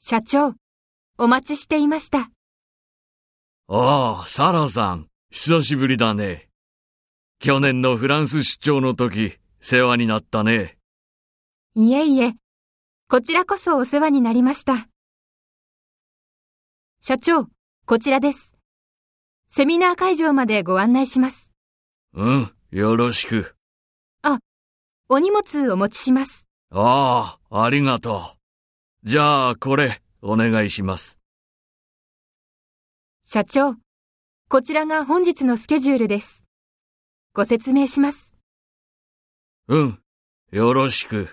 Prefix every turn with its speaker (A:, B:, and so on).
A: 社長、お待ちしていました。
B: ああ、サラさん、久しぶりだね。去年のフランス出張の時、世話になったね。
A: いえいえ、こちらこそお世話になりました。社長、こちらです。セミナー会場までご案内します。
B: うん、よろしく。
A: お荷物お持ちします。
B: ああ、ありがとう。じゃあ、これ、お願いします。
A: 社長、こちらが本日のスケジュールです。ご説明します。
B: うん、よろしく。